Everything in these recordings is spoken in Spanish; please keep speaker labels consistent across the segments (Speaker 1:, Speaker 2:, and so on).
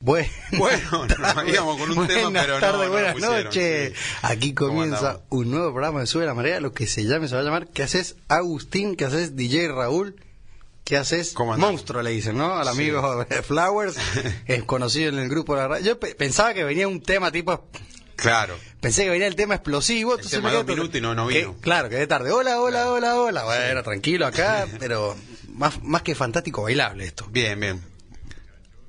Speaker 1: Bueno,
Speaker 2: Bueno, nos íbamos con un
Speaker 1: buenas
Speaker 2: tema, pero no,
Speaker 1: tardes,
Speaker 2: no
Speaker 1: buenas
Speaker 2: lo pusieron,
Speaker 1: noches.
Speaker 2: sí.
Speaker 1: Aquí
Speaker 2: ¿Cómo
Speaker 1: comienza
Speaker 2: andamos?
Speaker 1: un nuevo programa de Sube la Marea, lo que se llame, se va a llamar ¿Qué haces Agustín? ¿Qué haces DJ Raúl? ¿Qué haces?
Speaker 2: ¿Cómo andamos?
Speaker 1: Monstruo, le dicen, ¿no? Al amigo Flowers, es conocido en el grupo de la radio. Yo pe- pensaba que venía un tema tipo...
Speaker 2: Claro.
Speaker 1: Pensé que venía el tema explosivo. entonces
Speaker 2: tema
Speaker 1: me
Speaker 2: de
Speaker 1: quedé
Speaker 2: dos minutos y no- no
Speaker 1: que-
Speaker 2: vino.
Speaker 1: claro, quedé tarde. Hola, hola, hola, hola. Bueno, tranquilo acá, pero más, más que fantástico bailable esto.
Speaker 2: Bien, bien.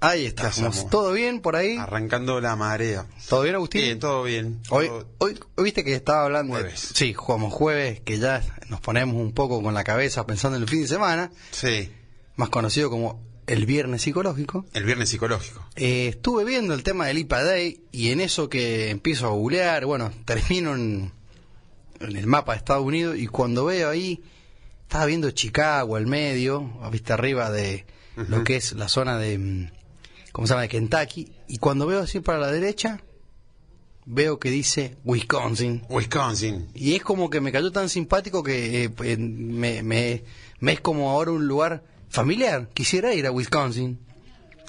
Speaker 1: Ahí estamos.
Speaker 2: Estamos.
Speaker 1: ¿Todo bien por ahí?
Speaker 2: Arrancando la marea.
Speaker 1: ¿Todo bien, Agustín?
Speaker 2: Bien, todo bien.
Speaker 1: Hoy,
Speaker 2: Todo-
Speaker 1: hoy, hoy viste que estaba hablando. de-
Speaker 2: Jueves.
Speaker 1: sí, como jueves, que ya nos ponemos un poco con la cabeza pensando en el fin de semana,
Speaker 2: Sí.
Speaker 1: más conocido como el viernes psicológico.
Speaker 2: El viernes psicológico.
Speaker 1: Eh, estuve viendo el tema del IPA Day y en eso que empiezo a googlear, bueno, termino en, en el mapa de Estados Unidos y cuando veo ahí, estaba viendo Chicago al medio, viste arriba de lo que es la zona de, mm, ¿cómo se llama?, de Kentucky. Y cuando veo así para la derecha, veo que dice Wisconsin.
Speaker 2: Wisconsin.
Speaker 1: Y es como que me cayó tan simpático que eh, eh, me, me- me es como ahora un lugar familiar. Quisiera ir a Wisconsin.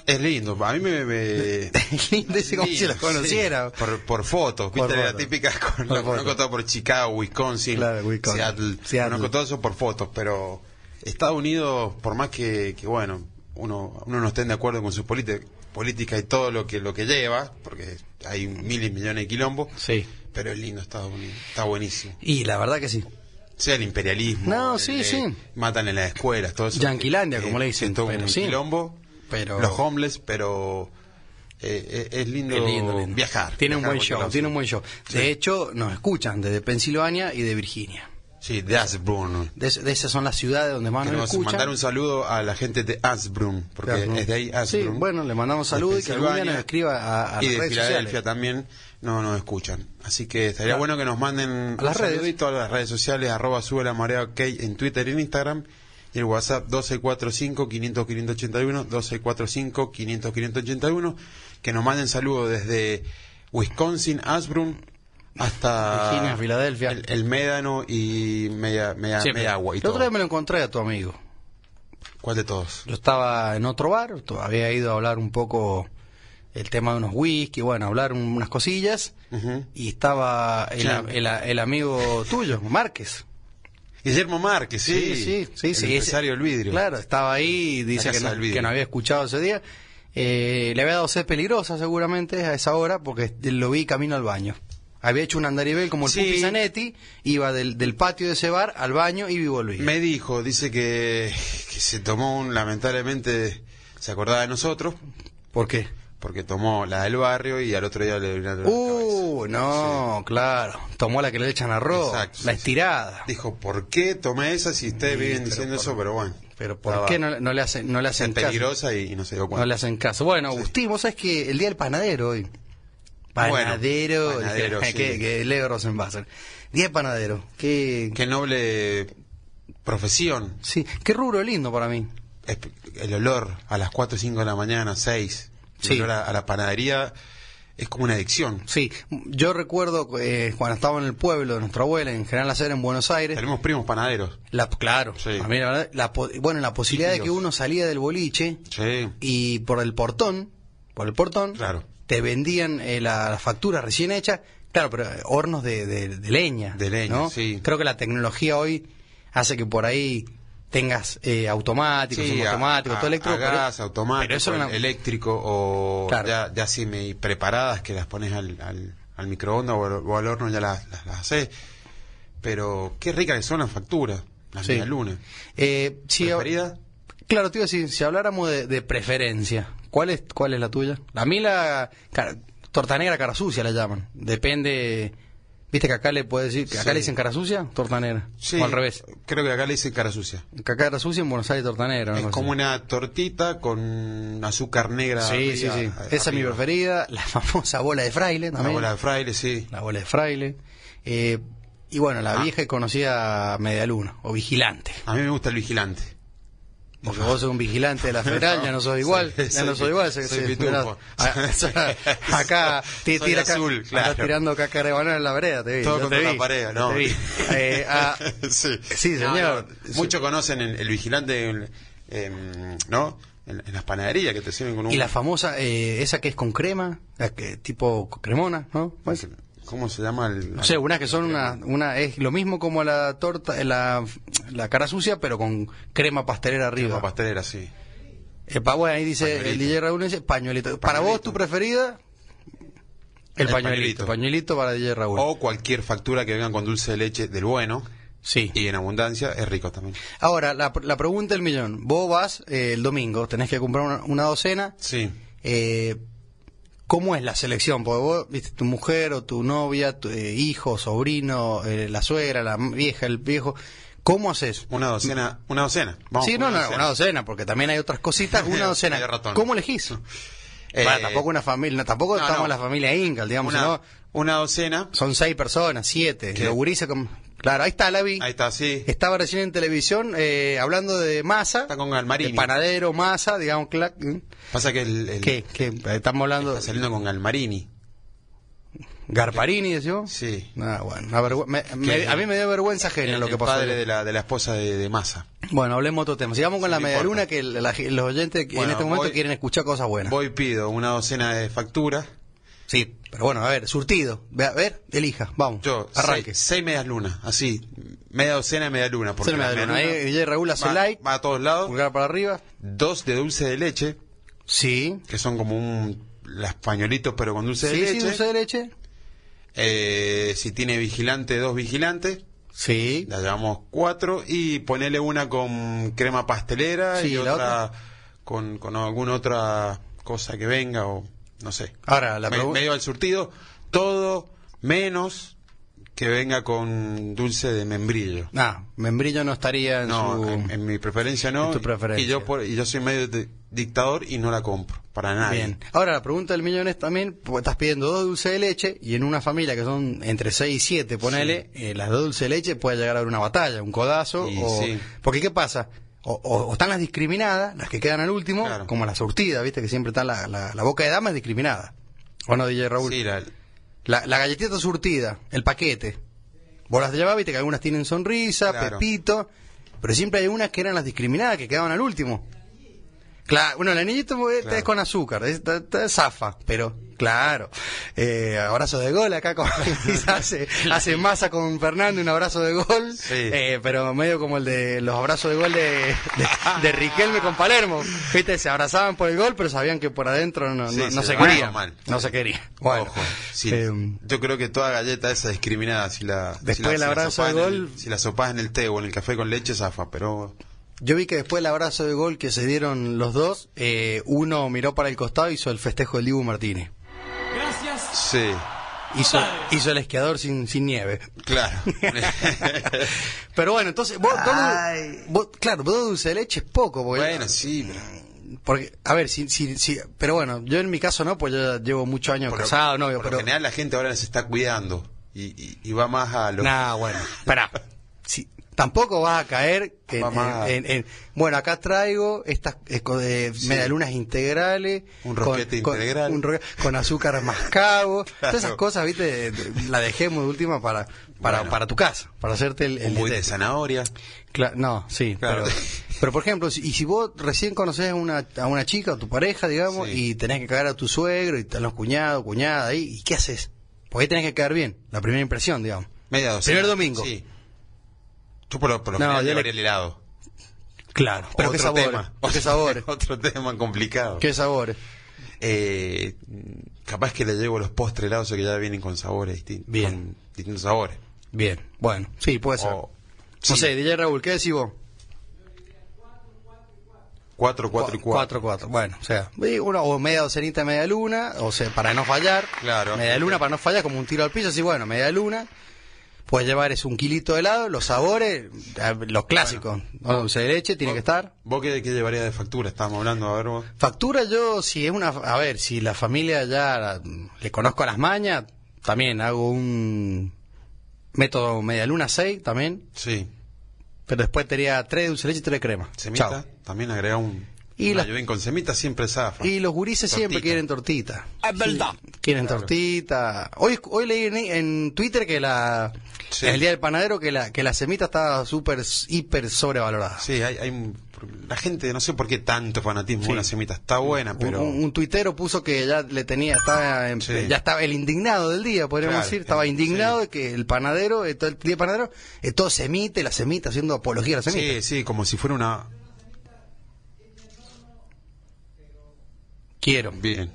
Speaker 2: Es lindo. A mí me... me-
Speaker 1: Es lindo, es como si
Speaker 2: Lindo,
Speaker 1: los conociera.
Speaker 2: sí. Por, por fotos,
Speaker 1: Por
Speaker 2: viste, la
Speaker 1: fotos.
Speaker 2: típica con
Speaker 1: Por
Speaker 2: lo conozco
Speaker 1: fotos.
Speaker 2: todo por Chicago, Wisconsin,
Speaker 1: Claro, Wisconsin.
Speaker 2: Seattle,
Speaker 1: Seattle.
Speaker 2: Conozco todo eso por fotos, pero Estados Unidos, por más que, que, bueno, uno, uno no esté de acuerdo con su politi- política y todo lo que lo que lleva, porque hay miles y millones de quilombos,
Speaker 1: Sí.
Speaker 2: pero es lindo Estados Unidos, está buenísimo.
Speaker 1: Y la verdad que sí.
Speaker 2: Sea el imperialismo.
Speaker 1: No,
Speaker 2: el
Speaker 1: sí,
Speaker 2: de-
Speaker 1: sí.
Speaker 2: Matan en las escuelas, todo eso.
Speaker 1: Yanquilandia,
Speaker 2: que-
Speaker 1: como le
Speaker 2: que
Speaker 1: dicen,
Speaker 2: Es todo
Speaker 1: pero
Speaker 2: un
Speaker 1: sí.
Speaker 2: quilombo.
Speaker 1: Pero-
Speaker 2: Los homeless, pero. eh, eh, es lindo,
Speaker 1: Es lindo, lindo.
Speaker 2: viajar.
Speaker 1: Tiene
Speaker 2: viajar
Speaker 1: un
Speaker 2: a
Speaker 1: buen
Speaker 2: cualquier
Speaker 1: show,
Speaker 2: lado.
Speaker 1: tiene un buen show.
Speaker 2: Sí.
Speaker 1: De hecho, nos escuchan desde Pensilvania y de Virginia.
Speaker 2: Sí, de Asbrun.
Speaker 1: De, es- de esas son las ciudades donde más nos
Speaker 2: Queremos
Speaker 1: escuchan.
Speaker 2: mandar un saludo a la gente de Asbrun, porque
Speaker 1: Claro, ¿no?
Speaker 2: es de ahí ah,
Speaker 1: Sí,
Speaker 2: Asbrun.
Speaker 1: bueno, le mandamos saludos y que algún día nos escriba a, a
Speaker 2: y
Speaker 1: las
Speaker 2: de
Speaker 1: redes
Speaker 2: Filadelfia
Speaker 1: sociales.
Speaker 2: también no nos escuchan. Así que estaría
Speaker 1: Claro.
Speaker 2: bueno que nos manden
Speaker 1: A las
Speaker 2: un
Speaker 1: redes.
Speaker 2: saludito a las redes sociales, arroba sube la marea ok en Twitter y en Instagram. Y el WhatsApp 1245-500-581, 1245-500-581. Que nos manden saludos desde Wisconsin, Asbrun, hasta
Speaker 1: Virginia, Filadelfia.
Speaker 2: El, el Médano y media, media,
Speaker 1: Siempre.
Speaker 2: media agua. Y
Speaker 1: El otro
Speaker 2: todo.
Speaker 1: día me lo encontré a tu amigo.
Speaker 2: ¿Cuál de todos?
Speaker 1: Yo estaba en otro bar, to- había ido a hablar un poco el tema de unos whisky, bueno, hablar un- unas cosillas,
Speaker 2: Ujú.
Speaker 1: y estaba el,
Speaker 2: Claro.
Speaker 1: el- el amigo tuyo, Márquez.
Speaker 2: Guillermo Márquez, sí. El
Speaker 1: ese-
Speaker 2: empresario del vidrio.
Speaker 1: Claro, estaba ahí, dice
Speaker 2: La
Speaker 1: que
Speaker 2: casa
Speaker 1: no,
Speaker 2: del vidrio.
Speaker 1: que no había escuchado ese día. Eh, le había dado sed peligrosa seguramente a esa hora, porque lo vi camino al baño. Había hecho un andarivel como el
Speaker 2: Sí.
Speaker 1: Pupi Zanetti, iba del, del patio de ese bar al baño y volví.
Speaker 2: Me dijo, dice que, que se tomó un, lamentablemente, se acordaba de nosotros,
Speaker 1: ¿Por qué?
Speaker 2: porque tomó la del barrio y al otro día le vino
Speaker 1: Uh, no, claro. Tomó la que le echan arroz,
Speaker 2: Exacto,
Speaker 1: la
Speaker 2: sí, sí.
Speaker 1: estirada.
Speaker 2: Dijo, ¿por qué tomé esa si ustedes viven diciendo eso? Pero bueno.
Speaker 1: Pero ¿por
Speaker 2: estaba-
Speaker 1: qué no, no le hacen, no le hacen
Speaker 2: Es
Speaker 1: caso?
Speaker 2: peligrosa y, y no se dio cuenta.
Speaker 1: No le hacen caso. Bueno, Agustín, vos sabés que el día del panadero hoy. Panadero,
Speaker 2: Bueno, panadero,
Speaker 1: que,
Speaker 2: sí.
Speaker 1: que, que Leo Rosenbasser. Día del panadero. Qué,
Speaker 2: Qué noble profesión.
Speaker 1: sí, qué rubro lindo para mí.
Speaker 2: Es- El olor a las 4 o 5 de la mañana, 6.
Speaker 1: Sí.
Speaker 2: El olor a, a la panadería es como una adicción.
Speaker 1: Sí, yo recuerdo eh, cuando estaba en el pueblo de nuestra abuela, en General Lacer, en Buenos Aires.
Speaker 2: Tenemos primos panaderos.
Speaker 1: La, claro,
Speaker 2: Sí.
Speaker 1: a mí la verdad, la po- bueno, la posibilidad de que
Speaker 2: Tíos.
Speaker 1: uno salía del boliche
Speaker 2: Sí.
Speaker 1: y por el portón, por el portón,
Speaker 2: Claro.
Speaker 1: te vendían eh, la, la factura recién hecha, claro, pero eh, hornos de, de- de leña.
Speaker 2: De leña,
Speaker 1: ¿no?
Speaker 2: sí.
Speaker 1: Creo que la tecnología hoy hace que por ahí tengas eh, automáticos,
Speaker 2: Sí, a-
Speaker 1: automáticos,
Speaker 2: a-
Speaker 1: todo eléctrico.
Speaker 2: a gas,
Speaker 1: pero-
Speaker 2: automático,
Speaker 1: pero eso era una-
Speaker 2: eléctrico o
Speaker 1: Claro.
Speaker 2: ya, ya semi preparadas que las pones al, al, al microondas o, al- o al horno ya las, las, las haces. Pero qué ricas que son las facturas, las
Speaker 1: Sí.
Speaker 2: medialunas.
Speaker 1: Eh, si-
Speaker 2: ¿Preferida?
Speaker 1: Claro, tío, si, si habláramos de, de preferencia, ¿cuál es, ¿cuál es la tuya? La mía, la cara- torta negra cara sucia la llaman. Depende. ¿Viste que acá le puede decir, que acá
Speaker 2: Sí.
Speaker 1: le dicen cara sucia, torta negra?
Speaker 2: Sí,
Speaker 1: O al revés.
Speaker 2: Creo que acá le dicen cara sucia.
Speaker 1: Que acá era sucia en Buenos Aires torta negra. una
Speaker 2: es
Speaker 1: cosa
Speaker 2: como
Speaker 1: así.
Speaker 2: una tortita con azúcar negra.
Speaker 1: Sí, sí,
Speaker 2: arriba,
Speaker 1: sí.
Speaker 2: a-
Speaker 1: Esa es mi
Speaker 2: eh, arriba.
Speaker 1: preferida. La famosa bola de fraile
Speaker 2: La
Speaker 1: también.
Speaker 2: bola de fraile, sí.
Speaker 1: La bola de fraile. Eh, y bueno, la
Speaker 2: Ah.
Speaker 1: vieja y conocida medialuna o vigilante.
Speaker 2: A mí me gusta el vigilante.
Speaker 1: Porque vos sos un vigilante de la federal, ya no sos igual,
Speaker 2: Soy-
Speaker 1: ya no sos
Speaker 2: soy-
Speaker 1: igual. se-
Speaker 2: soy
Speaker 1: se-
Speaker 2: pitufo.
Speaker 1: Ah,
Speaker 2: Soy-
Speaker 1: acá ti-
Speaker 2: soy
Speaker 1: tira acá-
Speaker 2: azul,
Speaker 1: andás
Speaker 2: claro.
Speaker 1: tirando cacarebanana en la vereda, te vi.
Speaker 2: Todo
Speaker 1: yo
Speaker 2: contra
Speaker 1: te
Speaker 2: la
Speaker 1: vi,
Speaker 2: pared,
Speaker 1: yo
Speaker 2: no.
Speaker 1: te vi. Eh, ah,
Speaker 2: sí.
Speaker 1: sí,
Speaker 2: No,
Speaker 1: señor.
Speaker 2: no, Muchos conocen el, el vigilante, el, em, ¿no? en, en las panaderías que te sirven con un...
Speaker 1: Y la famosa, eh, esa que es con crema, la que, tipo cremona, ¿no? Pues,
Speaker 2: ¿Cómo se llama? El,
Speaker 1: no sé, unas que son una, una, es lo mismo como la torta, eh, la, la cara sucia, pero con crema pastelera arriba.
Speaker 2: Crema pastelera, sí.
Speaker 1: Eh, pa- bueno, ahí dice el
Speaker 2: Pañuelito.
Speaker 1: DJ Raúl, dice pañuelito. Para
Speaker 2: Pañuelito.
Speaker 1: vos, tu preferida, el,
Speaker 2: El
Speaker 1: pañuelito.
Speaker 2: pañuelito.
Speaker 1: Pañuelito para DJ Raúl.
Speaker 2: O cualquier factura que vengan con dulce de leche del bueno
Speaker 1: sí.
Speaker 2: y en abundancia es rico también.
Speaker 1: Ahora, la, la pregunta del millón. Vos vas eh, el domingo, tenés que comprar una, una docena.
Speaker 2: Sí.
Speaker 1: Eh, ¿Cómo es la selección? Porque vos, viste, tu mujer o tu novia, tu eh, hijo, sobrino, eh, la suegra, la vieja, el viejo. ¿Cómo haces?
Speaker 2: Una docena. Una docena. Vamos
Speaker 1: sí,
Speaker 2: con
Speaker 1: no, no, una docena, porque también hay otras cositas. Una docena.
Speaker 2: Medio ratón.
Speaker 1: ¿Cómo elegís?
Speaker 2: Eh,
Speaker 1: Para, tampoco una familia, no, tampoco
Speaker 2: no,
Speaker 1: estamos
Speaker 2: no.
Speaker 1: la familia Incal, digamos,
Speaker 2: una-
Speaker 1: sino
Speaker 2: una docena.
Speaker 1: son seis personas, siete.
Speaker 2: ¿Qué?
Speaker 1: Lo guriza como- Claro, ahí está la vi.
Speaker 2: Ahí está, sí.
Speaker 1: Estaba recién en televisión eh, hablando de masa.
Speaker 2: Está con Galmarini.
Speaker 1: De panadero, masa, digamos, clac, ¿eh?
Speaker 2: Pasa que el, el-
Speaker 1: ¿Qué? ¿Qué? Estamos hablando.
Speaker 2: está saliendo con Galmarini.
Speaker 1: Garparini, decimos.
Speaker 2: Sí.
Speaker 1: Ah, bueno, una vergüe- me- me- a mí me dio vergüenza ajena
Speaker 2: El,
Speaker 1: lo que
Speaker 2: el
Speaker 1: pasó.
Speaker 2: padre de la, de la esposa de, de Massa.
Speaker 1: Bueno, hablemos de otro tema. Sigamos con
Speaker 2: Sí,
Speaker 1: la
Speaker 2: no
Speaker 1: medialuna
Speaker 2: importa.
Speaker 1: que la- los oyentes que en
Speaker 2: Bueno,
Speaker 1: este momento
Speaker 2: voy-
Speaker 1: quieren escuchar cosas buenas.
Speaker 2: Voy pido una docena de facturas.
Speaker 1: Sí, pero bueno, a ver, surtido. Ve- A ver, elija, vamos.
Speaker 2: Yo,
Speaker 1: arranque.
Speaker 2: Seis, seis medias lunas, así. Media docena de media luna. Porque
Speaker 1: Seis medias
Speaker 2: la
Speaker 1: lunas.
Speaker 2: media
Speaker 1: eh, Ahí Guillermo Raúl hace
Speaker 2: va,
Speaker 1: like.
Speaker 2: Va a todos lados.
Speaker 1: Pulgar para arriba.
Speaker 2: Dos de dulce de leche,
Speaker 1: Sí.
Speaker 2: que son como un. Las pañuelitos, pero con dulce de
Speaker 1: Sí, sí,
Speaker 2: leche.
Speaker 1: dulce de leche.
Speaker 2: Eh, si tiene vigilante, dos vigilantes.
Speaker 1: Sí.
Speaker 2: La llevamos cuatro. Y ponele una con crema pastelera
Speaker 1: Sí,
Speaker 2: y
Speaker 1: ¿la
Speaker 2: otra,
Speaker 1: otra?
Speaker 2: Con, con alguna otra cosa que venga o no sé.
Speaker 1: Ahora, la
Speaker 2: Me-
Speaker 1: pregunta.
Speaker 2: medio al surtido. Todo menos que venga con dulce de membrillo.
Speaker 1: Ah, Membrillo no estaría en
Speaker 2: No,
Speaker 1: su.
Speaker 2: en, en mi preferencia no.
Speaker 1: en tu preferencia.
Speaker 2: Y yo, por- y yo soy medio de- dictador y no la compro. Para nadie.
Speaker 1: Bien. Ahora, la pregunta del millón es también: porque estás pidiendo dos dulces de leche y en una familia que son entre 6 y 7, ponele, eh, las dos dulces de leche puede llegar a haber una batalla, un codazo.
Speaker 2: Y
Speaker 1: o...
Speaker 2: sí.
Speaker 1: Porque, ¿qué pasa? O, o- o están las discriminadas, las que quedan al último,
Speaker 2: Claro.
Speaker 1: como la surtida, viste, que siempre está la, la, la boca de dama es discriminada. ¿O no, DJ Raúl?
Speaker 2: Sí, la-
Speaker 1: La, la galletita surtida, el paquete. Vos las llevabas, viste que algunas tienen sonrisa,
Speaker 2: Claro.
Speaker 1: pepito, pero siempre hay unas que eran las discriminadas, que quedaban al último. Claro, bueno, el anillito pues, esta
Speaker 2: Claro.
Speaker 1: es con azúcar, esta, esta es zafa, pero claro. Eh, abrazo de gol acá, con, hace, hace masa con Fernando, un abrazo de gol,
Speaker 2: Sí.
Speaker 1: eh, pero medio como el de los abrazos de gol de, de, de Riquelme con Palermo. Viste, se abrazaban por el gol, pero sabían que por adentro no,
Speaker 2: Sí,
Speaker 1: no- no
Speaker 2: se
Speaker 1: se
Speaker 2: llevaban
Speaker 1: quería.
Speaker 2: mal.
Speaker 1: No se quería. Bueno,
Speaker 2: Ojo, sí.
Speaker 1: em,
Speaker 2: yo creo que toda galleta esa discriminada, si la, si
Speaker 1: Después
Speaker 2: la-
Speaker 1: del
Speaker 2: si la
Speaker 1: abrazo
Speaker 2: sopás
Speaker 1: de
Speaker 2: en el-
Speaker 1: gol-
Speaker 2: si la sopás en el té o en el café con leche, zafa, pero
Speaker 1: Yo vi que después del abrazo de gol que se dieron los dos, eh, uno miró para el costado y hizo el festejo del Dibu Martínez.
Speaker 3: Gracias.
Speaker 2: sí,
Speaker 1: Hizo, hizo el esquiador sin, sin nieve.
Speaker 2: claro.
Speaker 1: Pero bueno, entonces, vos, dos- vos- claro, vos dos dulce de leche es poco. Porque,
Speaker 2: bueno, sí, pero-
Speaker 1: porque, a ver, si, si, si- pero bueno, yo en mi caso no, pues yo ya llevo muchos años
Speaker 2: por lo-
Speaker 1: casado, novio,
Speaker 2: por lo
Speaker 1: pero...
Speaker 2: general la gente ahora se está cuidando y, y- y va más a lo
Speaker 1: Nah, bueno, pará. Si- tampoco vas a caer en,
Speaker 2: Mamá.
Speaker 1: en- en- en- Bueno, acá traigo estas eh, co- de medialunas integrales.
Speaker 2: Un rosquete integral.
Speaker 1: un ro- con azúcar mascabo. Todas esas
Speaker 2: Claro.
Speaker 1: cosas, viste, de- de- la dejemos de última para, para,
Speaker 2: Bueno.
Speaker 1: para tu casa, para hacerte el... el
Speaker 2: un buey de
Speaker 1: detalle.
Speaker 2: zanahoria.
Speaker 1: Cla- no, sí,
Speaker 2: Claro.
Speaker 1: pero, pero, por ejemplo, si- y si vos recién conoces a una, a una chica, a tu pareja, digamos,
Speaker 2: Sí.
Speaker 1: y tenés que cagar a tu suegro y están los cuñados, cuñada ahí, ¿y qué haces? Porque ahí tenés que quedar bien, la primera impresión, digamos.
Speaker 2: Media docena.
Speaker 1: Primer domingo.
Speaker 2: Sí. Yo por lo, por lo
Speaker 1: No,
Speaker 2: general
Speaker 1: yo le-
Speaker 2: llevaría el helado.
Speaker 1: Claro, pero
Speaker 2: Otro
Speaker 1: qué sabores,
Speaker 2: tema.
Speaker 1: qué sabores,
Speaker 2: Otro tema complicado.
Speaker 1: qué sabores.
Speaker 2: Eh, capaz que le llevo los postres helados o que ya vienen con sabores distintos.
Speaker 1: Bien.
Speaker 2: Con distintos sabores.
Speaker 1: Bien, bueno, sí, puede ser.
Speaker 2: O-
Speaker 1: No
Speaker 2: sí,
Speaker 1: sé, DJ Raúl, ¿qué decís vos?
Speaker 2: cuatro, cuatro y
Speaker 1: Cu- cuatro,
Speaker 2: cuatro.
Speaker 1: cuatro, bueno, o sea, y una, o media docenita, media luna, o sea, para no fallar,
Speaker 2: Claro.
Speaker 1: media luna para no fallar, como un tiro al piso, así, bueno, media luna, puedes llevar es un kilito de helado, los sabores, eh, los clásicos, ¿no? dulce de leche, tiene que estar.
Speaker 2: ¿Vos qué, qué llevarías de factura? Estábamos hablando, a ver vos.
Speaker 1: Factura yo, si es una, a ver, si la familia ya la- le conozco a las mañas, también hago un método media luna 6 también.
Speaker 2: Sí.
Speaker 1: Pero después tenía tres dulce de leche y tres crema.
Speaker 2: Semita.
Speaker 1: Chao.
Speaker 2: También agrega un.
Speaker 1: Y
Speaker 2: Y
Speaker 1: la-
Speaker 2: con semita siempre zafa.
Speaker 1: Y los gurises siempre
Speaker 2: Tortita.
Speaker 1: quieren tortita.
Speaker 3: Es verdad.
Speaker 1: Quieren tortita. Hoy, hoy leí en, en Twitter que la.
Speaker 2: Sí.
Speaker 1: El día del panadero que la, que la semita estaba súper, hiper sobrevalorada.
Speaker 2: Sí, hay, hay un- La gente, no sé por qué tanto fanatismo
Speaker 1: Sí.
Speaker 2: con la semita. Está buena, pero.
Speaker 1: Un, un tuitero puso que ya le tenía, estaba en-
Speaker 2: Sí.
Speaker 1: ya estaba el indignado del día, podríamos
Speaker 2: Claro,
Speaker 1: decir, estaba
Speaker 2: eh,
Speaker 1: indignado
Speaker 2: sí.
Speaker 1: de que el panadero, eh, todo el día panadero, eh, todo semita y la semita, haciendo apología a la semita.
Speaker 2: sí, sí, como si fuera una.
Speaker 1: Quiero,
Speaker 2: Bien.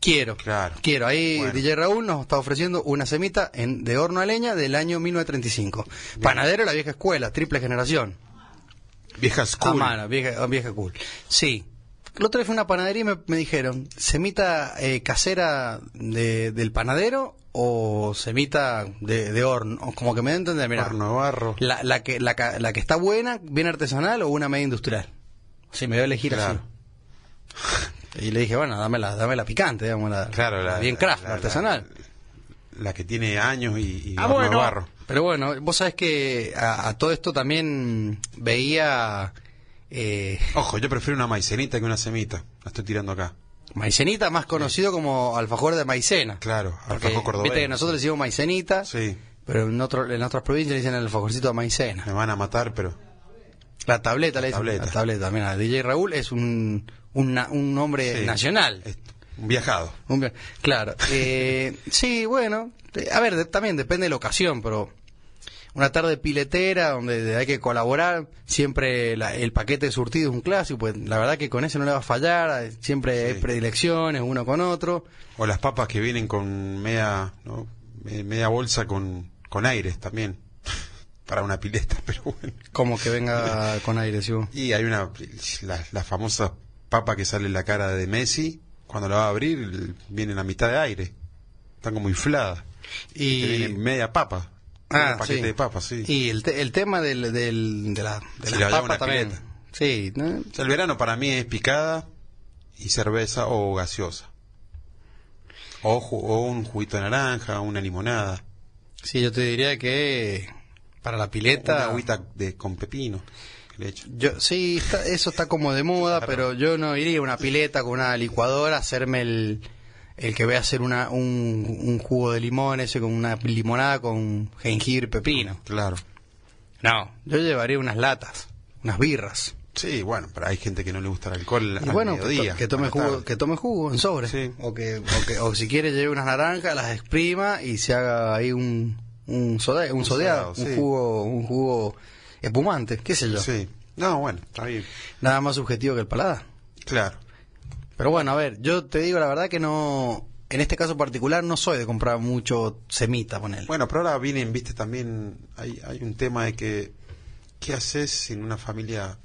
Speaker 1: quiero,
Speaker 2: Claro.
Speaker 1: quiero. Ahí
Speaker 2: Bueno.
Speaker 1: DJ Raúl nos está ofreciendo una semita en- de horno a leña del año 1935. Panadero de la vieja escuela, triple generación.
Speaker 2: Vieja
Speaker 1: Ah,
Speaker 2: school.
Speaker 1: mano, vieja, vieja cool. Sí. El otro día fue a una panadería y me, me dijeron, ¿semita eh, casera de- del panadero o semita de, de horno? O Como que me den entender, mira,
Speaker 2: Horno de barro.
Speaker 1: la, la que, la, ca- la que está buena, bien artesanal o una media industrial. Sí, me voy a elegir
Speaker 2: Claro.
Speaker 1: así. Y le dije, bueno, dame la, dame la picante, digamos, la,
Speaker 2: Claro, la.
Speaker 1: bien craft, la
Speaker 2: la- la-
Speaker 1: artesanal.
Speaker 2: La, que tiene años y, y horno de barro.
Speaker 1: Pero bueno, vos sabés que a, a todo esto también veía... eh,
Speaker 2: Ojo, yo prefiero una maicenita que una semita. La estoy tirando acá.
Speaker 1: Maicenita, más conocido como alfajor de maicena.
Speaker 2: Claro,
Speaker 1: Porque,
Speaker 2: alfajor cordobés.
Speaker 1: Viste que nosotros decimos maicenita,
Speaker 2: Sí,
Speaker 1: pero en, otro, en otras provincias le dicen el alfajorcito de maicena.
Speaker 2: me van a matar, pero.
Speaker 1: La tableta le dicen.
Speaker 2: Ah. tableta.
Speaker 1: La tableta, mira, DJ Raúl es un, un, na- un hombre
Speaker 2: sí.
Speaker 1: nacional.
Speaker 2: Es un viajado.
Speaker 1: Un bien- claro. eh, sí, bueno. eh, A ver, de- también depende de la ocasión, pero una tarde piletera donde hay que colaborar, siempre la- el paquete de surtido es un clásico, pues la verdad que con ese no le va a fallar, eh, siempre hay
Speaker 2: Sí.
Speaker 1: predilecciones uno con otro.
Speaker 2: O las papas que vienen con media, ¿no? Me- media bolsa con, con aire también. Para una pileta, pero bueno.
Speaker 1: Como que venga con aire, sí. vos.
Speaker 2: Y hay una. La, la famosa papa que sale en la cara de Messi. Cuando la va a abrir, el- viene la mitad de aire. Están como infladas. Y
Speaker 1: Y,
Speaker 2: viene media papa.
Speaker 1: Ah,
Speaker 2: un paquete
Speaker 1: sí.
Speaker 2: de papas, sí.
Speaker 1: y el, te- el tema del, del- de, la, de las
Speaker 2: Si le hallaba
Speaker 1: papas
Speaker 2: una
Speaker 1: también.
Speaker 2: pileta.
Speaker 1: Sí, ¿no?
Speaker 2: O sea, el verano para mí es picada y cerveza o gaseosa. O, ju- o un juguito de naranja, una limonada,
Speaker 1: sí, yo te diría que para la
Speaker 2: una
Speaker 1: pileta...
Speaker 2: agüita de, con pepino. que le echo.
Speaker 1: Yo, sí, está- eso está como de moda,
Speaker 2: Claro.
Speaker 1: pero yo no iría a una pileta con una licuadora a hacerme el, el que voy a hacer una, un, un jugo de limón, ese con una limonada con jengibre y pepino.
Speaker 2: Claro.
Speaker 1: No, yo llevaría unas latas, unas birras.
Speaker 2: Sí, bueno, pero hay gente que no le gusta el alcohol
Speaker 1: Y
Speaker 2: al
Speaker 1: bueno, que, to-
Speaker 2: mediodía.
Speaker 1: que tome
Speaker 2: a la tarde.
Speaker 1: jugo, que tome jugo en sobre.
Speaker 2: Sí.
Speaker 1: O, que, o, que- o si quiere lleve unas naranjas, las exprima y se haga ahí un, un, soda- un
Speaker 2: Un
Speaker 1: sodeado,
Speaker 2: sodado,
Speaker 1: un
Speaker 2: sí.
Speaker 1: jugo, un jugo espumante, qué sé yo.
Speaker 2: Sí. No, bueno, está bien.
Speaker 1: Nada más subjetivo que el paladar.
Speaker 2: Claro.
Speaker 1: Pero bueno, a ver, yo te digo la verdad que no, en este caso particular no soy de comprar mucho semita, ponele.
Speaker 2: Bueno, pero ahora vienen, viste, también hay, hay un tema de que, ¿qué haces sin una familia?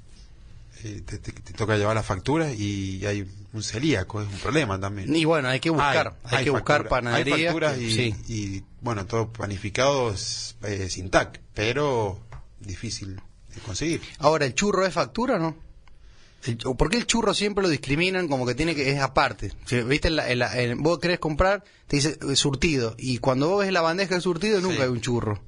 Speaker 2: eh, te, te- te toca llevar las facturas y hay un celíaco, es un problema también.
Speaker 1: y bueno, hay que buscar, hay, que buscar
Speaker 2: factura- Hay
Speaker 1: panaderías.
Speaker 2: facturas
Speaker 1: que-
Speaker 2: y,
Speaker 1: sí.
Speaker 2: y, bueno, todo planificado es, eh, sin TAC, pero difícil de conseguir.
Speaker 1: Ahora, ¿el churro es factura o no? El- o ¿Por qué el churro siempre lo discriminan como que tiene que es aparte? Si, ¿Viste? en la- en la- en- vos querés comprar, te dice eh, surtido. Y cuando vos ves la bandeja de surtido, nunca
Speaker 2: Sí.
Speaker 1: hay un churro.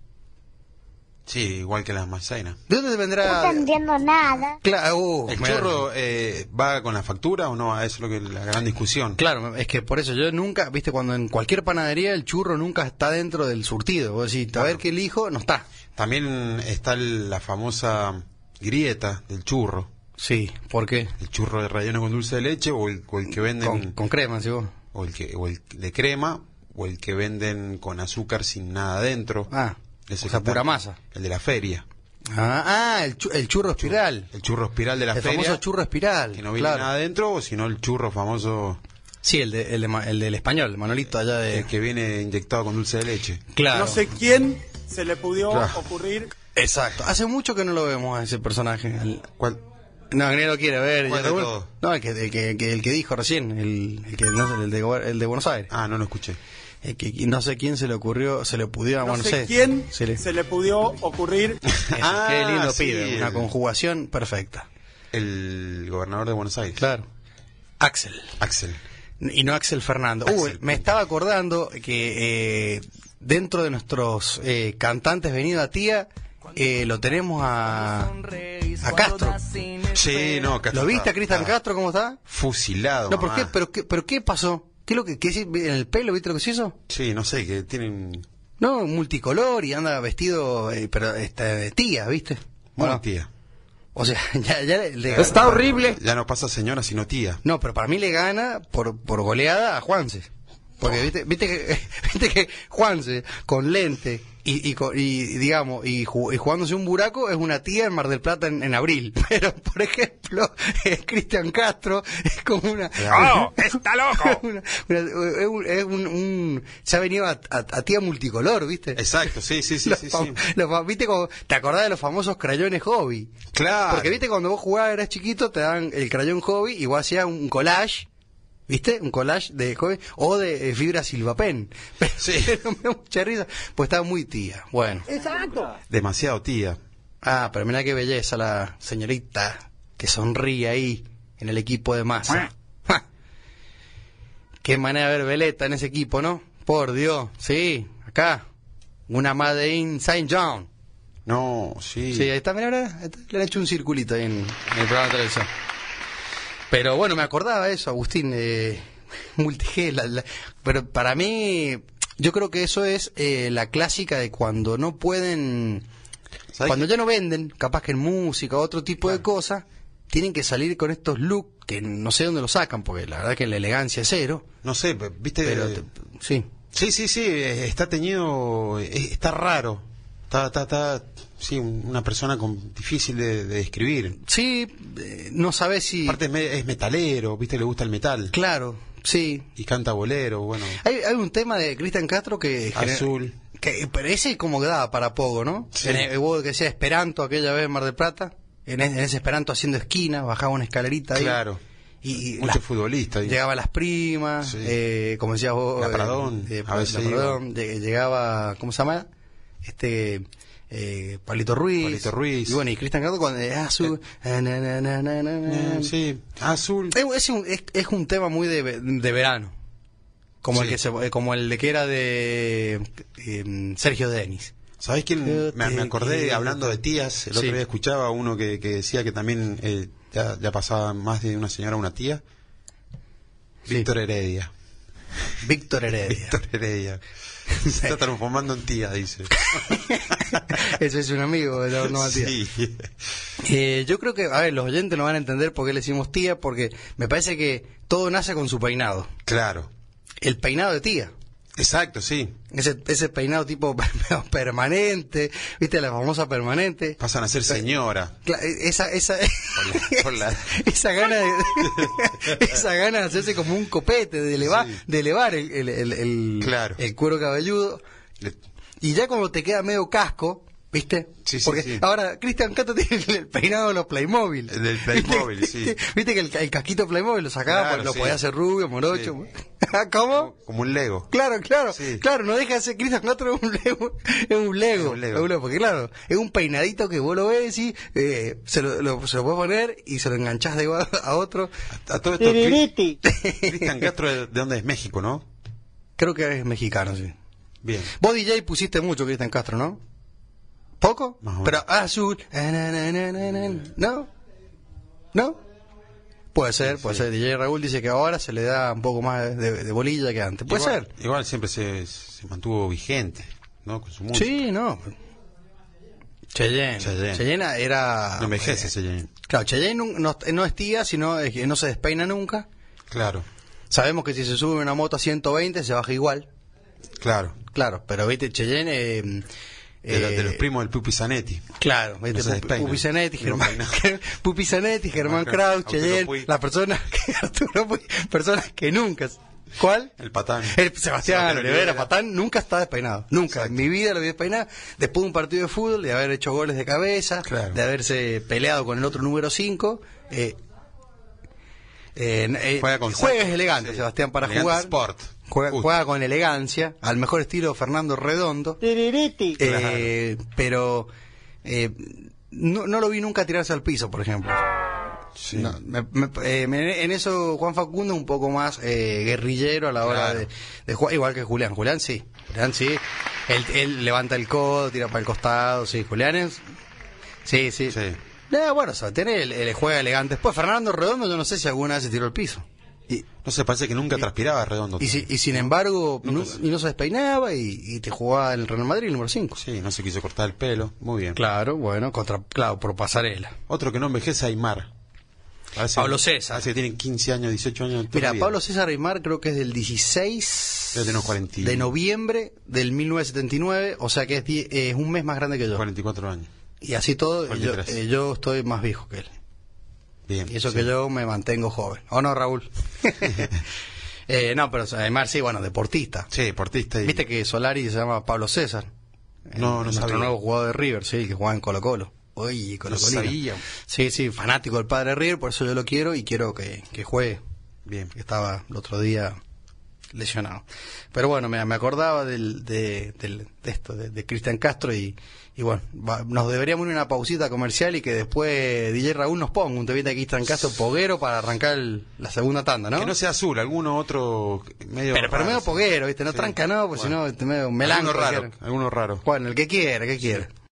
Speaker 2: Sí, igual que las maicenas.
Speaker 1: ¿De dónde te vendrá?
Speaker 3: No entiendo nada.
Speaker 1: Claro, uh,
Speaker 2: ¿El
Speaker 1: me-
Speaker 2: churro eh, va con la factura o no? Eso es lo que la gran discusión.
Speaker 1: Claro, es que por eso yo nunca, viste, cuando en cualquier panadería el churro nunca está dentro del surtido. Vos decís, a ver qué elijo, no está.
Speaker 2: También está el- la famosa grieta del churro.
Speaker 1: Sí, ¿por qué?
Speaker 2: El churro de relleno con dulce de leche o el, o el que venden...
Speaker 1: Con, con crema, sí vos.
Speaker 2: O, el que, o el de crema o el que venden con azúcar sin nada adentro.
Speaker 1: Ah,
Speaker 2: Ese
Speaker 1: o sea,
Speaker 2: que está-
Speaker 1: pura masa.
Speaker 2: El de la feria.
Speaker 1: Ah, ah, el, chu- el churro espiral.
Speaker 2: El churro espiral de la
Speaker 1: el
Speaker 2: feria.
Speaker 1: famoso churro espiral.
Speaker 2: Que no viene
Speaker 1: claro.
Speaker 2: nada adentro, o sino el churro famoso
Speaker 1: Sí, el, de- el, de Ma- el del español, Manolito, allá de...
Speaker 2: el que viene inyectado con dulce de leche.
Speaker 1: Claro.
Speaker 4: No sé quién se le pudió
Speaker 2: Claro.
Speaker 4: ocurrir
Speaker 1: Exacto. Hace mucho que no lo vemos a ese personaje. El-
Speaker 2: ¿Cuál?
Speaker 1: No, que nadie lo quiere ver.
Speaker 2: ¿Cuál
Speaker 1: y-
Speaker 2: de todos?
Speaker 1: No, el que, el, que, el que- el que dijo recién, el, el que, no sé, el de, Gober- el de Buenos Aires.
Speaker 2: Ah, no lo escuché.
Speaker 1: El que y no sé quién se le ocurrió, se le pudiera...
Speaker 4: no
Speaker 1: Ah, bueno,
Speaker 4: sé
Speaker 1: sé,
Speaker 4: quién
Speaker 1: se le-
Speaker 4: se le pudió ocurrir
Speaker 1: Eso,
Speaker 2: Ah,
Speaker 1: qué lindo
Speaker 2: sí,
Speaker 1: pibe, una
Speaker 2: el-
Speaker 1: conjugación perfecta.
Speaker 2: El gobernador de Buenos Aires.
Speaker 1: Claro. Axel.
Speaker 2: Axel.
Speaker 1: Y no Axel Fernando.
Speaker 2: Axel
Speaker 1: Uy, me
Speaker 2: Fernando.
Speaker 1: estaba acordando que eh, dentro de nuestros eh, cantantes venido a tía, eh, lo tenemos a, a Castro.
Speaker 2: Sí, no, Castro
Speaker 1: ¿Lo viste a
Speaker 2: está- Ah.
Speaker 1: Cristian
Speaker 2: está
Speaker 1: Castro cómo está?
Speaker 2: Fusilado.
Speaker 1: No, ¿por
Speaker 2: mamá.
Speaker 1: qué? ¿Pero qué, pero qué pasó? ¿Qué es lo que, qué es- en el pelo? ¿Viste lo que se hizo?
Speaker 2: Sí, no sé, que tienen.
Speaker 1: No, multicolor y anda vestido, eh, pero este, de tía, ¿viste?
Speaker 2: Muy
Speaker 1: Bueno,
Speaker 2: tía.
Speaker 1: O sea, ya, ya le- le-
Speaker 3: Está horrible.
Speaker 2: Ya no pasa señora, sino tía.
Speaker 1: No, pero para mí le gana por, por goleada a Juanse. Porque viste, viste, que, viste que Juanse con lente y, y, co- y, digamos y, ju- y jugándose un buraco es una tía en Mar del Plata en, en abril. Pero por ejemplo, eh, Cristian Castro es como una
Speaker 2: ¡Oh,
Speaker 1: está loco. es un, es un- un- se ha venido a, a- a tía multicolor, ¿viste?
Speaker 2: Exacto, sí, sí, sí,
Speaker 1: Los
Speaker 2: sí, sí.
Speaker 1: fam- los fam- ¿viste como- ¿Te acordás de los famosos crayones hobby?
Speaker 2: Claro.
Speaker 1: Porque viste cuando vos jugabas eras chiquito, te daban el crayón hobby y vos hacías un collage, ¿viste? Un collage de hobby o de eh, fibra silvapen.
Speaker 2: Sí.
Speaker 1: Pero me da mucha risa, pues estaba muy tía. Bueno.
Speaker 2: Demasiado tía.
Speaker 1: Ah, pero mirá qué belleza la señorita que sonríe ahí en el equipo de masa. Ja. qué manera de ver veleta en ese equipo, ¿no? Por Dios, sí, acá. Una Made in Saint John.
Speaker 2: No, sí.
Speaker 1: Sí, ahí está, mira, le han hecho un circulito ahí en, en el programa de televisión. Pero bueno, me acordaba eso, Agustín, eh, multigel, la- la- pero para mí, yo creo que eso es eh, la clásica de cuando no pueden,
Speaker 2: ¿Sabés
Speaker 1: cuando
Speaker 2: qué?
Speaker 1: ya no venden, capaz que en música, otro tipo de cosas, tienen que salir con estos looks que no sé dónde los sacan, porque la verdad que la elegancia es cero,
Speaker 2: No sé, viste.
Speaker 1: pero
Speaker 2: eh,
Speaker 1: te- sí.
Speaker 2: Sí, sí, sí, eh, está teñido, eh, está raro. Está, está, está, sí, un- una persona con, difícil de, de describir.
Speaker 1: Sí, eh, no sabes si...
Speaker 2: Aparte es, me- es metalero, viste, le gusta el metal.
Speaker 1: Claro, sí,
Speaker 2: Y canta bolero, bueno.
Speaker 1: Hay, hay un tema de Cristian Castro que... genera-
Speaker 2: Azul.
Speaker 1: Que, pero ese como que daba para poco, ¿no?
Speaker 2: Sí.
Speaker 1: En el, hubo que decía Esperanto aquella vez en Mar del Plata. En, es- en ese Esperanto haciendo esquina, bajaba una escalerita ahí.
Speaker 2: Claro.
Speaker 1: Y, y
Speaker 2: Mucho
Speaker 1: las-
Speaker 2: futbolista. digo.
Speaker 1: llegaba las primas,
Speaker 2: Sí.
Speaker 1: eh, como decías vos...
Speaker 2: La
Speaker 1: eh,
Speaker 2: Pradón,
Speaker 1: eh,
Speaker 2: a veces
Speaker 1: la Pradón, lleg- llegaba, ¿cómo se llama? Este... Eh, Palito Ruiz.
Speaker 2: Palito Ruiz.
Speaker 1: Y bueno, y Cristian Castro cuando... eh, azul, ah, na, na, na, na, na, na.
Speaker 2: Eh, sí, azul.
Speaker 1: Es, es un, es, es un tema muy de, ve- de verano. Como el
Speaker 2: Sí.
Speaker 1: que se- eh, como el de que era de em, Sergio Denis.
Speaker 2: ¿Sabés quién?
Speaker 1: Yo
Speaker 2: Me,
Speaker 1: te
Speaker 2: me acordé,
Speaker 1: quiero.
Speaker 2: hablando de tías, el
Speaker 1: Sí.
Speaker 2: otro día escuchaba a uno que, que decía que también eh, ya, ya pasaba más de una señora a una tía.
Speaker 1: Sí.
Speaker 2: Víctor Heredia.
Speaker 1: Víctor Heredia.
Speaker 2: Víctor Heredia. Se está transformando en tía, dice.
Speaker 1: Ese es un amigo, no, no Matías.
Speaker 2: Sí.
Speaker 1: Eh, yo creo que, a ver, los oyentes no van a entender por qué le decimos tía, porque me parece que todo nace con su peinado.
Speaker 2: Claro.
Speaker 1: El peinado de tía.
Speaker 2: Exacto, sí.
Speaker 1: Ese, ese peinado tipo permanente, viste, la famosa permanente.
Speaker 2: Pasan a ser señora.
Speaker 1: Cla- e-, Esa, esa,
Speaker 2: Por la- por la-
Speaker 1: esa gana de, esa gana de hacerse como un copete, de elevar,
Speaker 2: Sí.
Speaker 1: de elevar el, el- el- el-
Speaker 2: Claro.
Speaker 1: el cuero cabelludo.
Speaker 2: Le-
Speaker 1: Y ya como te queda medio casco, ¿viste?
Speaker 2: Sí, sí,
Speaker 1: Porque
Speaker 2: sí.
Speaker 1: ahora Cristian Cato tiene el peinado de los Playmobil.
Speaker 2: El del Playmobil,
Speaker 1: ¿Viste?
Speaker 2: sí.
Speaker 1: Viste que el, el casquito Playmobil lo sacaba,
Speaker 2: Claro,
Speaker 1: pues, lo
Speaker 2: sí.
Speaker 1: podía hacer rubio, morocho. ¿Cómo?
Speaker 2: Como un Lego.
Speaker 1: Claro, claro,
Speaker 2: Sí.
Speaker 1: claro, no deja de ser Cristian Castro es un lego, es un lego,
Speaker 2: Es un lego.
Speaker 1: es un lego, porque claro, es un peinadito que vos lo ves y eh, se, lo, lo- se lo puedes poner y se lo enganchás de igual a otro,
Speaker 2: A todo esto, Cri- Cristian Castro, ¿de de dónde es? México, ¿no?
Speaker 1: creo que es mexicano, sí.
Speaker 2: Bien.
Speaker 1: Vos DJ pusiste mucho Cristian Castro, ¿no? ¿Poco?
Speaker 2: Más o menos.
Speaker 1: Pero azul, ah, na, na, na, na, na, na. ¿no? ¿No? Puede ser, puede ser, DJ Raúl dice que ahora se le da un poco más de, de bolilla que antes, puede
Speaker 2: Igual-
Speaker 1: ser.
Speaker 2: Igual siempre se, se mantuvo vigente, ¿no? Con su música.
Speaker 1: Sí, no. Cheyenne.
Speaker 2: Cheyenne.
Speaker 1: Cheyenne era...
Speaker 2: No envejece,
Speaker 1: eh,
Speaker 2: Cheyenne.
Speaker 1: Claro, Cheyenne nun- no, no es tía, sino es que no se despeina nunca.
Speaker 2: Claro,
Speaker 1: Sabemos que si se sube una moto a 120 se baja igual,
Speaker 2: claro.
Speaker 1: claro, pero viste, Cheyenne... eh,
Speaker 2: De, lo-
Speaker 1: eh,
Speaker 2: de los primos del Pupi Zanetti.
Speaker 1: Claro, viste,
Speaker 2: No se
Speaker 1: Pupi-
Speaker 2: despeinan.
Speaker 1: Pupi Zanetti,
Speaker 2: No
Speaker 1: Germán,
Speaker 2: peinan.
Speaker 1: Pupi Zanetti, Germán
Speaker 2: Arturo
Speaker 1: Kraus, Cheyenne,
Speaker 2: Puig.
Speaker 1: las personas que, Arturo Puig, personas que nunca... ¿Cuál?
Speaker 2: El patán.
Speaker 1: El Sebastián, Olivera, Patán, nunca está despeinado. Nunca. En mi vida lo vi despeinado. Después de un partido de fútbol, de haber hecho goles de cabeza,
Speaker 2: Claro.
Speaker 1: de haberse peleado con el otro número 5. Eh, eh, eh,
Speaker 2: Juega con
Speaker 1: jueves
Speaker 2: saco.
Speaker 1: elegante,
Speaker 2: Sí.
Speaker 1: Sebastián, para
Speaker 2: Elegante
Speaker 1: jugar.
Speaker 2: sport.
Speaker 1: Juega,
Speaker 2: Justo.
Speaker 1: juega con elegancia, al mejor estilo Fernando Redondo. Eh, Pero eh, no, no lo vi nunca tirarse al piso, por ejemplo.
Speaker 2: Sí.
Speaker 1: No, me- me- eh, me- en eso Juan Facundo un poco más eh, guerrillero a la hora
Speaker 2: Claro.
Speaker 1: de, de jugar, igual que Julián. Julián sí, Julián sí. Él, él levanta el codo, tira para el costado, sí. Julián es... Sí, sí.
Speaker 2: Sí.
Speaker 1: Eh, bueno, o sea, tiene el, el juega elegante. Después Fernando Redondo, yo no sé si alguna vez se tiró al piso. Y,
Speaker 2: No se parece que nunca transpiraba redondo.
Speaker 1: y si- y sin embargo, nu- y no se despeinaba y, y te jugaba en el Real Madrid, el número 5.
Speaker 2: Sí, no se quiso cortar el pelo. Muy bien.
Speaker 1: Claro, bueno, contra, claro, por pasarela.
Speaker 2: Otro que no envejece, Aymar. Parece-
Speaker 1: Pablo César.
Speaker 2: Parece que tiene 15 años, 18 años.
Speaker 1: Mira,
Speaker 2: todavía.
Speaker 1: Pablo César Aymar creo que es del 16
Speaker 2: Debe tener 41.
Speaker 1: de noviembre del 1979, o sea que es, die- es un mes más grande que yo.
Speaker 2: 44 años.
Speaker 1: y así todo, yo,
Speaker 2: 43.
Speaker 1: eh, yo estoy más viejo que él.
Speaker 2: Bien.
Speaker 1: Y eso
Speaker 2: sí.
Speaker 1: que yo me mantengo joven. ¿O no, Raúl? Eh, no, pero Aymar sí, bueno, deportista.
Speaker 2: Sí, deportista. Y...
Speaker 1: Viste que Solari se llama Pablo César.
Speaker 2: No, no
Speaker 1: Nuestro
Speaker 2: sabía.
Speaker 1: nuevo jugador de River, sí, que juega en Colo Colo. Oye, Colo
Speaker 2: sabía.
Speaker 1: Sí, sí, fanático del padre River, por eso yo lo quiero y quiero que, que juegue.
Speaker 2: Bien.
Speaker 1: que estaba el otro día lesionado. Pero bueno, me, me acordaba del, de, del- de esto, de, de Cristian Castro y, y bueno, va- nos deberíamos ir a una pausita comercial y que después DJ Raúl nos ponga un temita de Cristian Castro poguero para arrancar el- la segunda tanda, ¿no?
Speaker 2: Que no sea azul, alguno otro medio.
Speaker 1: pero, pero
Speaker 2: raro,
Speaker 1: medio
Speaker 2: sí.
Speaker 1: poguero, ¿viste? No
Speaker 2: Sí.
Speaker 1: tranca, no, porque
Speaker 2: Bueno.
Speaker 1: si no, te medio melanco.
Speaker 2: Alguno raro. Alguno raro.
Speaker 1: Bueno, el que quiera, el que quiera.